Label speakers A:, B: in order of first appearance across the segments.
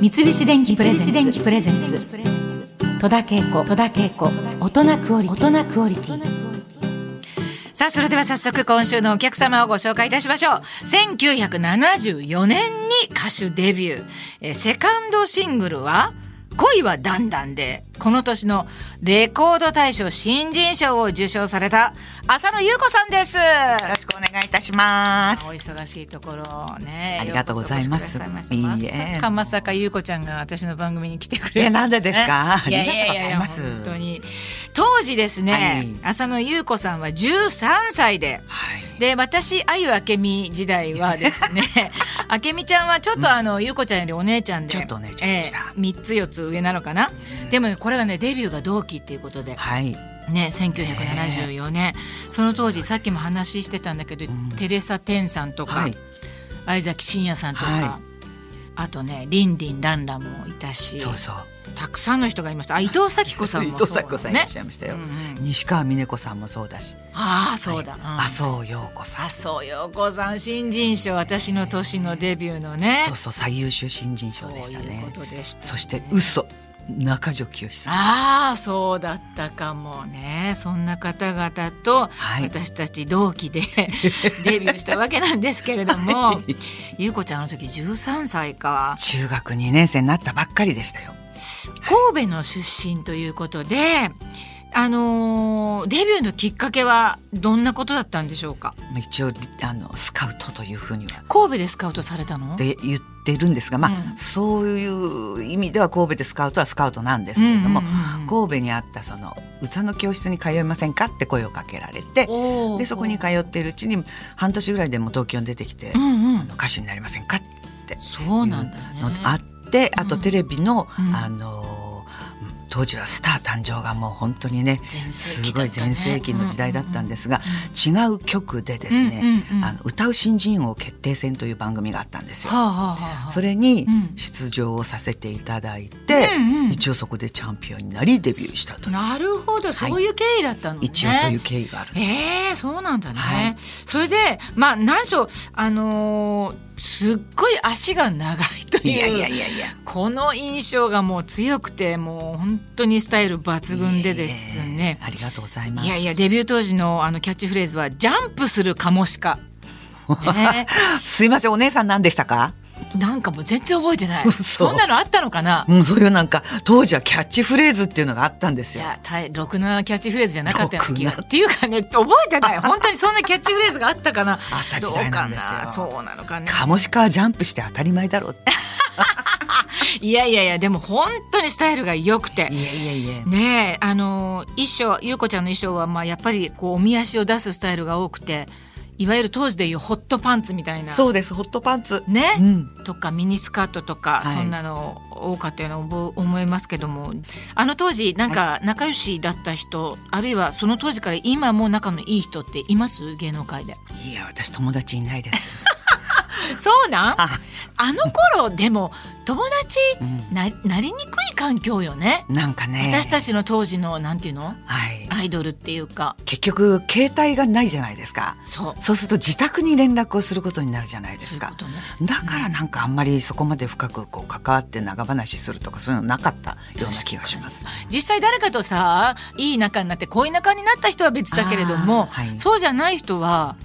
A: 三菱電機プレゼンツ戸田恵子戸田恵子大人クオリティ大人クオリティさあそれでは早速今週のお客様をご紹介いたしましょう1974年に歌手デビューえーセカンドシングルは「恋はだんだん」でこの年のレコード大賞新人賞を受賞された浅野ゆう子さんです
B: よろしくお願いいたしま
A: お
B: す。
A: 忙しいところね。
B: ありがとうございます
A: ようこそお越しくださいまし
B: いい
A: た
B: え
A: まさかまさか優子ちゃんが私の番組に来てくれる
B: え、なんでですか。あ
A: い
B: り
A: や
B: が
A: い
B: とう
A: やい
B: ござ
A: や
B: います。
A: 本当に当時ですね、
B: はい
A: 浅野優子さんは13歳で。
B: はい。
A: で私あゆあけみ時代はです ねあけみちゃんはちょっとあの、ゆうこちゃんよりお姉ちゃんで
B: ちょっとお姉ちゃんでした
A: ええ3つ4つ上なのかな、でもねこれがねデビューが同期っていうことで、
B: はい。
A: ね、1974年、その当時さっきも話してたんだけど、テレサ・テンさんとか、
B: はい
A: 相崎真也さんとか、
B: は
A: あとねリンリンランランもいたし
B: そうそう。
A: たくさんの人がいましたあ伊藤咲子さん
B: 伊
A: もそう
B: 藤
A: だ
B: 咲
A: ね
B: 子さんいらっしゃいましたよ
A: うんうん。
B: 西川峰子さんもそうだし。
A: ああそうだ、うん
B: 麻生陽子さん。
A: 麻生陽子さん新人賞私の年のデビューのね
B: そうそう、最優秀新人賞でした
A: そういう
B: ね
A: こ。とでしたね
B: そして、嘘。中条きよしさん。
A: ああそうだったかもねそんな方々と
B: はい
A: 私たち同期 でデビューしたわけなんですけれども、ゆうこちゃんあの時13歳か
B: 中学2年生になったばっかりでしたよ。
A: 神戸の出身ということで、あのーデビューのきっかけはどんなことだったんでしょうか
B: 一応、あの、スカウトというふうには。
A: 神戸でスカウトされたの
B: って言ってるんですが、まあ
A: うん
B: そういう意味では神戸でスカウトはスカウトなんですけれども、
A: うんうんうん
B: 神戸にあったその歌の教室に通いませんかって声をかけられて
A: おー
B: でそこに通っているうちに半年ぐらいでもう東京に出てきて、
A: う
B: あ
A: んうん
B: の歌手になりませんかって
A: そうなんだね
B: いうのがあってあとテレビの、
A: うん
B: あのー当時はスター誕生がもう本当にね
A: 全盛
B: す
A: 期だ
B: ご
A: ったね
B: い全盛期の時代だったんですが、違う局でです
A: うん
B: ね、
A: うんうん
B: あの歌う新人王決定戦という番組があったんですよ。
A: はあはあはあはあ
B: それに
A: うん
B: 出場をさせていただいて、
A: うんうん
B: 一応そこでチャンピオンになりデビューしたという
A: なるほどそういう経緯だったのね、
B: 一応そういう経緯がある、
A: ええそうなんだね。
B: はい
A: それで、まあ、何しろ、あのーすっごい足が長いという。
B: いやいやいやいや
A: この印象がもう強くて、もう本当にスタイル抜群でですね
B: いえい。えありがとうございます
A: いやいや、デビュー当時のあのキャッチフレーズは、ジャンプするカモシ カ。ね
B: すいませんお姉さん何でしたか
A: なんかもう全然覚えてない。
B: 嘘
A: そんなのあったのかな
B: もうそういうなんか当時はキャッチフレーズっていうのがあったんです
A: い
B: よ
A: や、大ろくなキャッチフレーズじゃなかったような気が。
B: ろくな
A: っていうかね、覚えてない。本当にそんなキャッチフレーズがあったかな。 あ
B: った時代なんですよ
A: そうなのかな。
B: カモシカはジャンプして当たり前 だろうって
A: いやいやいや、でも本当にスタイルが良くて。
B: いやいやいや
A: ねえ、あの、衣装、ゆうこちゃんの衣装は、まあ、やっぱり、こう、おみ足を出すスタイルが多くて、いわゆる当時でいうホットパンツみたいな。
B: そうですホットパンツ
A: ね、
B: うん
A: とかミニスカートとか、
B: はい
A: そんなの多かったような思う思いますけどもあの当時なんか仲良しだった人あるいはその当時から今も仲のいい人っています芸能界で
B: いや私友達いない です
A: そうなん
B: あ
A: あの頃でも友達ななりにくい環境よね
B: なんかね
A: 私た
B: ち
A: ちの当時のなんていうの
B: はい
A: アイドルっていうか
B: 結局携帯がないじゃないですか
A: そう
B: そうすると自宅に連絡をすることになるじゃないで
A: そうい
B: す
A: う
B: か
A: こ。とね
B: だからなんかあんまりそこまで深くこう関わって長話するとかそういうのなかったような気がします。
A: 実際誰かとさいい仲になって恋仲になった人は別だけれども、
B: あーはい
A: そうじゃない人は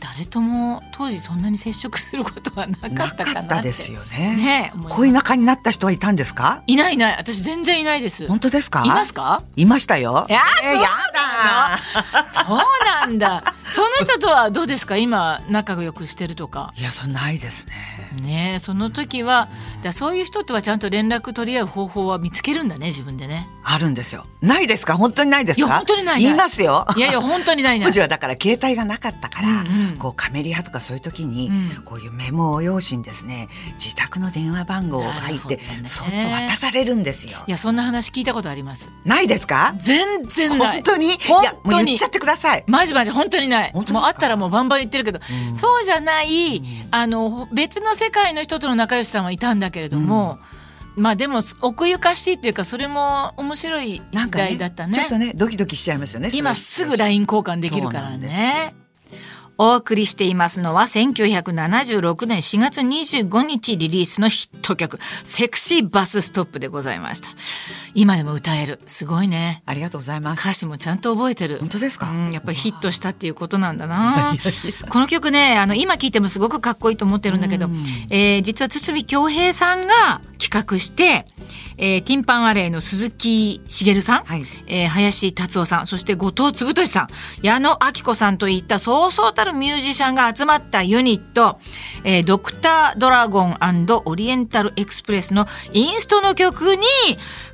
A: 誰とも当時そんなに接触することはなか
B: な
A: ったか
B: か
A: なって
B: ったですよね。
A: ねえ思います
B: 恋仲になった人はいたんですか？
A: いないいない私全然いないですい
B: 本当ですか？
A: ますか
B: いましたよ。
A: いやー
B: えー
A: そう
B: や
A: な
B: だ
A: そうなんだその人とはどうですか今仲良くしてるとか
B: ー。いやそんないですね。
A: ねえその時はだそういう人とはちゃんと連絡取り合う方法は見つけるんだね自分でね
B: あるんですよ。ないですか？本当にないですか？
A: いや本当にないない
B: 言いますよ。
A: いやいや本当にないな
B: 当
A: い
B: 時はだから携帯がなかったから、
A: うんうん
B: こうカメリアとかそういう時に、
A: うん
B: こういうメモを用紙にですね自宅の電話番号を書いて、
A: なるほどね
B: そっと渡されるんですよ。
A: いやそんな話聞いたことあります
B: ないですか
A: 全然ない
B: 本当に
A: 本
B: いやも
A: 当
B: う
A: に
B: 言っちゃってください。
A: マジマジ本当にない
B: 本当ですか
A: もうあったらもうバンバン言ってるけど、そうじゃない、あの別の世界の人との仲良しさんはいたんだけれども、まあでも奥ゆかしいというかそれも面白い
B: なん
A: 時
B: かね
A: 代だった
B: ちょ
A: ね
B: っとねドキドキしちゃいますよね。
A: 今
B: そ
A: す
B: ういう
A: ぐ LINE 交換できるか
B: そうな
A: ら
B: んで
A: ね。お送りしていますのは1976年4月25日リリースのヒット曲「セクシーバスストップ」でございました今でも歌えるすごいね
B: ありがとうございます
A: 歌詞もちゃんと覚えてる
B: 本当ですか
A: うんやっぱりヒットしたっていうことなんだなこの曲ねあの今聴いてもすごくかっこいいと思ってるんだけど、えー実は堤恭平さんが企画して、えーティンパンアレイの鈴木茂さん、
B: はい
A: えー林達夫さんそして後藤嗣俊さん矢野明子さんといったそうそうたるミュージシャンが集まったユニット、えードクタードラゴンオリエンタルエクスプレスのインストの曲に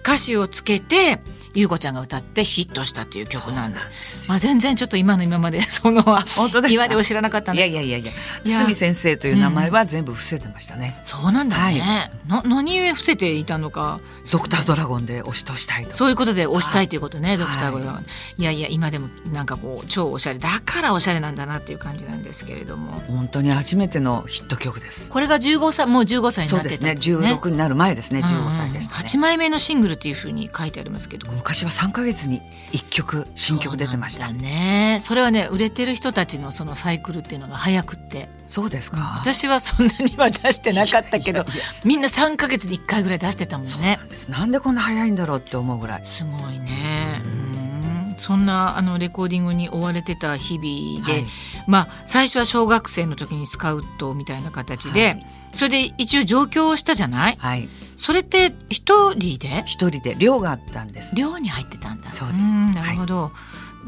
A: 歌詞をつけて優子ちゃんが歌ってヒットしたっていう曲なんだ。まあ全然ちょっと今の今まで その
B: 本当ですか
A: 言われを知らなかったん
B: い
A: だ
B: や
A: けど
B: いやいやいや
A: いや
B: 堤先生という名前は全部伏せてましたね、
A: そうなんだね、な何故伏せていたのか
B: ドクタードラゴンで押し通したいと
A: そういうことで押したいということね、
B: い
A: ドクターゴヨン、い、やいや今でもなんかこう超おしゃれだからおしゃれなんだなっていう感じなんですけれども
B: 本当に初めてのヒット曲です
A: これが15歳もう15歳に
B: そ
A: なっ
B: うで
A: て
B: す
A: た
B: ね16になる前ですね15歳でしたね、
A: 8枚目のシングルというふうに書いてありますけど
B: 昔は3か月に1曲新曲出てました
A: そう
B: そう,、
A: なんだねそれはね売れてる人たちのそのサイクルっていうのが早くって
B: ですか、
A: 私はそんなには出してなかったけどみんな3ヶ月に1回ぐらい出してたもん
B: そう
A: ね
B: なんですなんでこんな早いんだろうって思うぐらい
A: すごいね。うんそんなあのレコーディングに追われてた日々で、
B: はい
A: まあ最初は小学生の時にスカウトみたいな形で、
B: はい
A: それで一応上京したじゃない
B: はい
A: それって一人で
B: 一人で寮があったんです
A: 寮に入ってたんだ
B: そうです
A: んなるほど、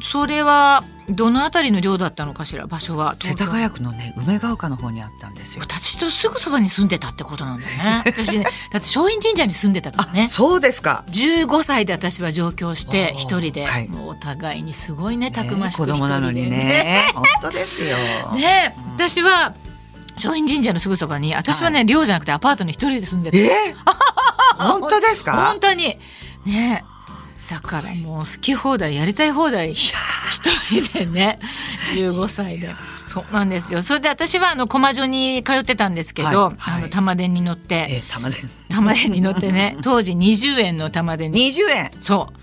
A: それはどのあたりの寮だったのかしら場所は
B: 世田谷区のね梅ヶ丘の方にあったんですよ
A: 私とすぐそばに住んでたってことなんだよね私ねだって松陰神社に住んでたからね
B: そうですか
A: 15歳で私は上京して
B: おー
A: 一人で、
B: はい
A: もうお互いにすごいねたくま
B: ね
A: しく
B: 子
A: 一人で
B: 供なのにね本当ですよ
A: ね私は松陰神社のすぐそばに私はね、寮じゃなくてアパートに一人で住んで
B: え
A: て
B: 本当ですか
A: 本当にねだからもう好き放題やりたい放題一人でね15歳でそうなんですよそれで私はあの駒女に通ってたんですけど、
B: はいはい
A: あの玉電に乗って、
B: えー、玉で
A: 玉電に乗ってね当時20円の玉電に
B: 20円
A: そう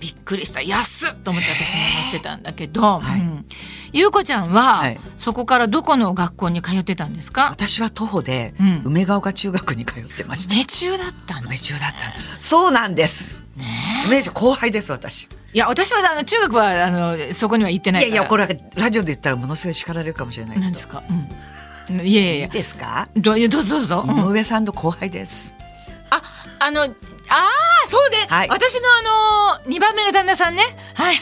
A: びっくりした安っと思って私も乗ってたんだけど、
B: はい
A: うんゆうこちゃんは、
B: はい
A: そこからどこの学校に通ってたんですか
B: 私は徒歩で
A: うん
B: 梅ヶ丘中学に通ってました、
A: 夢中だったの
B: 梅
A: い
B: 中だったそうなんです梅中後輩です私
A: や私はあの中学はあのそこには行ってない
B: い
A: か
B: や
A: ら
B: いやこれはラジオで言ったらものすごい叱られるかもしれないけど
A: なんですか、うん、いやいやい
B: い
A: や
B: いですか
A: どいやどうぞどうぞ、うん
B: 井上さんの後輩です、
A: ああのああそうで、
B: はい
A: 私のあの2番目の旦那さんね はい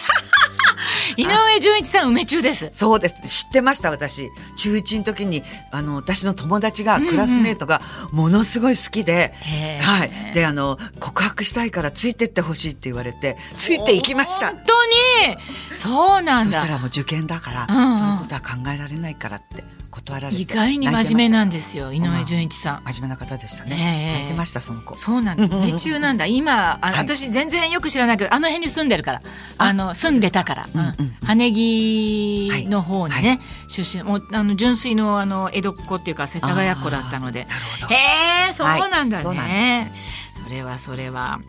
A: 井上純一さん梅中です
B: そうです知ってました私中1の時にあの私の友達がクラスメートがものすごい好きで、
A: へー
B: はいであの告白したいからついてってほしいって言われてついていきました
A: 本当にそうな
B: そ
A: ん
B: した
A: だ
B: らもう受験だから、
A: うんうん
B: そういうことは考えられないからって断られて
A: 意外に真面目
B: な
A: なんですよ井上純一さん
B: 真面目な方でしたね、
A: ええ
B: 泣いてましたその子
A: そうなんだ。夢中なんだ。今、あの
B: はい
A: 私全然よく知らないけど、あの辺に住んでるから、あの住んでたから、うん羽木の方にね、
B: は
A: 出身、もうあの純粋のあの江戸っ子っていうか世田谷っ子だったので
B: あーなるほ、ど
A: へえ、そうなんだ
B: はいそうなん
A: ね。それはそれは。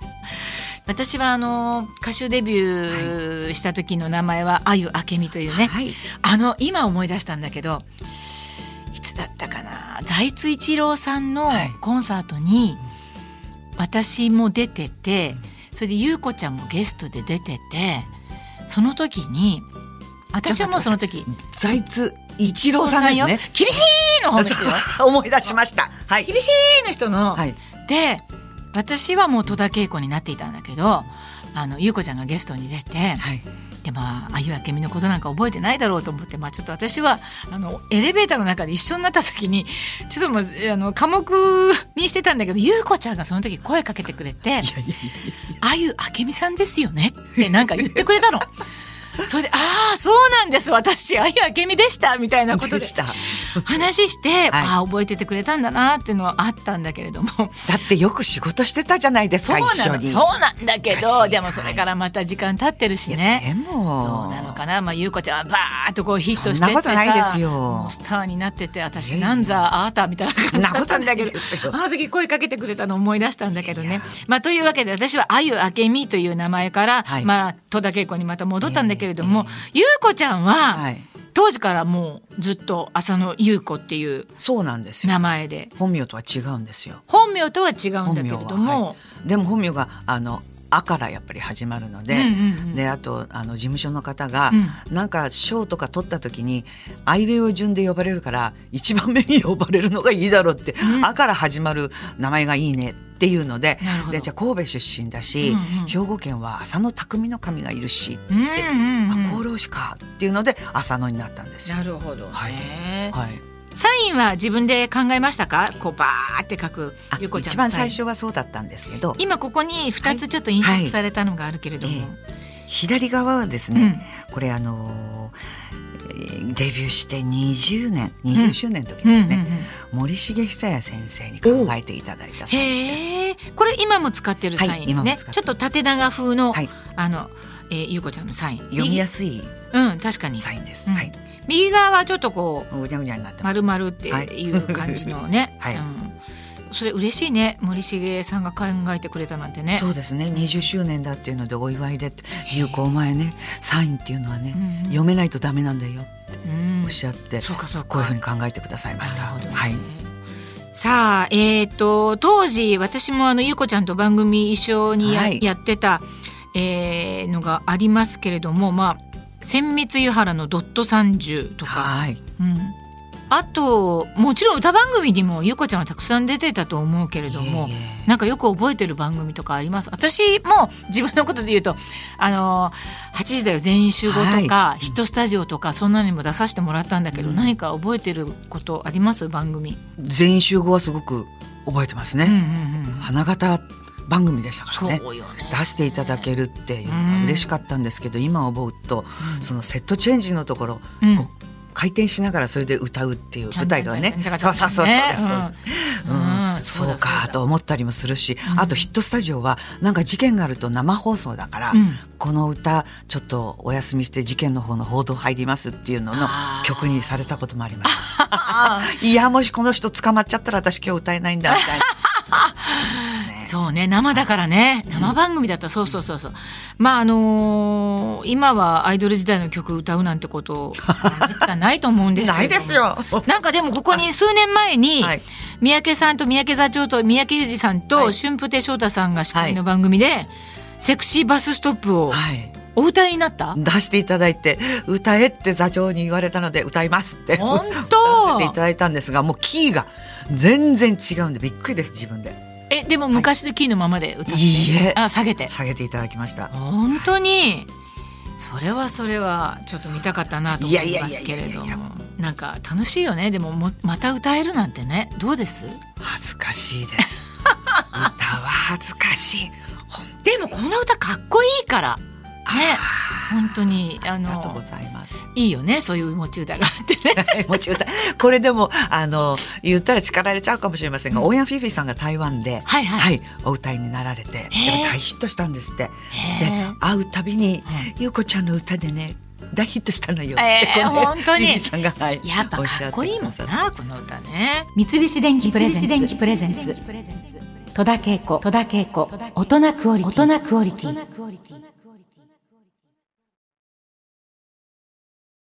A: 私はあの歌手デビューした時の名前はあゆあけみというね、
B: はい
A: あの今思い出したんだけどいつだったかな財津一郎さんの
B: はい
A: コンサートに私も出ててそれで優子ちゃんもゲストで出ててその時に私はもうその時
B: 財津一郎さんです
A: よ厳
B: ね
A: しいの方ですよ
B: そう思い出しましたはい
A: 厳しいの人の、
B: はい
A: で私はもう戸田恵子になっていたんだけどあの優子ちゃんがゲストに出て、
B: はい
A: でまああゆあけみのことなんか覚えてないだろうと思って、まあ、ちょっと私はあのエレベーターの中で一緒になった時にちょっとまずあの寡黙にしてたんだけどゆうこちゃんがその時声かけてくれて「あゆあけみさんですよね」ってなんか言ってくれた の。それで「ああそうなんです私あゆあけみでした」みたいなことで
B: でしただ
A: 話して、ああ覚えててくれたんだなっていうのはあったんだけれ ども。
B: ってよく仕事してたじゃないです
A: そう
B: か
A: な
B: 一緒
A: の
B: に
A: そうなんだけ
B: おかし
A: ど
B: い
A: でもそれからまた時間経ってるしね。
B: で
A: ど
B: も
A: うなのかな、まあ、ゆうこちゃんはバーッとこうヒットして
B: そ
A: っ
B: んな
A: て
B: こと
A: さ
B: ないですよ
A: もうスターになってて私
B: いやいや
A: なんざあーたみたいな感じだったんだけ
B: そんなことな
A: ど
B: いですよ
A: あの時声かけてくれたの思い出したんだけどね。
B: いやいや
A: まあ、というわけで私はあゆあけみという名前から、
B: はい
A: まあ、戸田恵子にまた戻ったんだけれども、ゆうこちゃんは、
B: はい
A: 当時からもうずっと浅野優子っていう
B: そうなんですよ
A: 名前で
B: 本名とは違うんですよ
A: 本名とは違うん
B: 本
A: だけ
B: 名
A: れ
B: は
A: ども、
B: はいでも本名があの「あ」からやっぱり始まるので、
A: うんうんうん
B: であとあの事務所の方が、
A: う
B: なんか賞とか取った時に「アイウェイを順で呼ばれるから一番目に呼ばれるのがいいだろう」って「
A: うん
B: あ」から始まる名前がいいねっていうので
A: なるほど
B: でじゃあ神戸出身だし、
A: うんうん
B: 兵庫県は浅野匠の神がいるし、
A: うんうんうん
B: あ厚労士かっていうので浅野になったんですよ。
A: なるほどね、
B: はいはい
A: サインは自分で考えましたかこうバーって書く
B: あ
A: ゆこちゃん
B: 一
A: の
B: 番
A: サイン
B: 最初はそうだったんですけど
A: 今ここに二つちょっと印刷されたのがあるけれども、
B: はいはい左側はですね、これあのーえーデビューして20年20周年の時に
A: うん
B: です
A: うんうんう
B: ね、
A: ん
B: 森重久也先生に考えていただいたそうです。
A: へえこれ今も使ってるサ
B: は
A: イ
B: い
A: ン
B: 今
A: ね、
B: も使ってる
A: ちょっと縦長風の、
B: はい
A: あの、えー、ゆうこちゃんのサイン
B: 読みやすい
A: 右うん確かに
B: サインです。
A: うん
B: はい。
A: 右側はちょっとこう
B: ぐにゃぐにゃになってます。
A: 丸々っていう感じのね、
B: はいはい
A: うん、それ嬉しいね森重さんが考えてくれたなんてね
B: そうですね。20周年だっていうのでお祝いでって有効前ねサインっていうのはね、
A: うんうん
B: 読めないとダメなんだよって
A: うん
B: おっしゃって、
A: そうかそうか
B: こういうふうに考えてくださいました。
A: なるほどね
B: はい。
A: さあえっ、と当時私もあのゆうこちゃんと番組一緒にや,、
B: はい
A: やってた、えーのがありますけれどもまあ千光湯原のドット30とか、
B: はい。
A: うん、あともちろん歌番組にもゆうこちゃんはたくさん出てたと思うけれども
B: いえいえ
A: なんかよく覚えてる番組とかあります私も自分のことで言うとあの8時だよ全員集合とか、
B: はい
A: ヒットスタジオとかそんなのにも出させてもらったんだけど、何か覚えてることあります番組、
B: 全員集合はすごく覚えてますね。
A: うんうんうん
B: 花形番組でしたか
A: そ
B: らね。
A: うよね
B: 出していただけるっていうのが嬉しかったんですけど、今思うと、そのセットチェンジのところ、
A: うん
B: こう回転しながらそれで歌うっていう舞台がね
A: ちゃんちゃんち
B: そ
A: ゃ
B: うん
A: ち
B: そ
A: ゃ
B: うんそうそうです、
A: ね
B: そうです
A: う
B: うんん
A: うんそう
B: そ
A: だ
B: うかと思ったりもするし、
A: ん
B: あとヒットスタジオはなんか事件があると生放送だから、
A: うん
B: この歌ちょっとお休みして事件の方の報道入りますっていうのの
A: あー
B: 曲にされたこともありまし
A: あ
B: たいやもしこの人捕まっちゃったら私今日歌えないんだみたいな
A: あそうね生だからね生番組だったらそうそうそうそうまああのー今はアイドル時代の曲歌うなんてことめったにないと思うんですけれども
B: ないですよ
A: なんかでもここに数年前に
B: はい
A: 三宅さんと三宅座長と三宅裕二さんと
B: はい
A: 春風亭昇太さんが司会の番組でセクシーバスストップを
B: はい
A: お歌いになった
B: 出していただいて歌えって座長に言われたので歌いますって
A: 本当
B: 歌わせていただいたんですがもうキーが全然違うんでびっくりです自分で
A: えでも昔のキーのままで歌って
B: いいえ
A: あ下げて
B: 下げていただきました
A: 本当にそれはそれはちょっと見たかったなと思いますけれど
B: いやいやいやいやい
A: もなんか楽しいよねでももまた歌えるなんてねどうです
B: 恥ずかしいです歌は恥ずかしいほん
A: でもこの歌かっこいいからね
B: あ
A: 本当にあ
B: ありがとうご
A: の
B: ざいます
A: いいよねそういう持ち歌があって ね
B: 持ち歌これでもあの言ったら叱られちゃうかもしれませんが、オーヤン・フィフィさんが台湾で、
A: はいはい
B: お歌いになられてやっぱ大ヒットしたんですってで
A: へー
B: 会うたびに「ゆうこちゃんの歌でね大ヒットしたのよ」って、
A: えー
B: この
A: 本当に
B: フィフィさんが、はい、
A: やっぱか
B: おしゃ
A: ってこいいもん
B: くださっ
A: なこの歌ね
C: 三菱電機プレゼンツ
D: 三菱電機プレゼンツ
C: 戸田恵子戸田恵子大人クオリティ大人クオリティ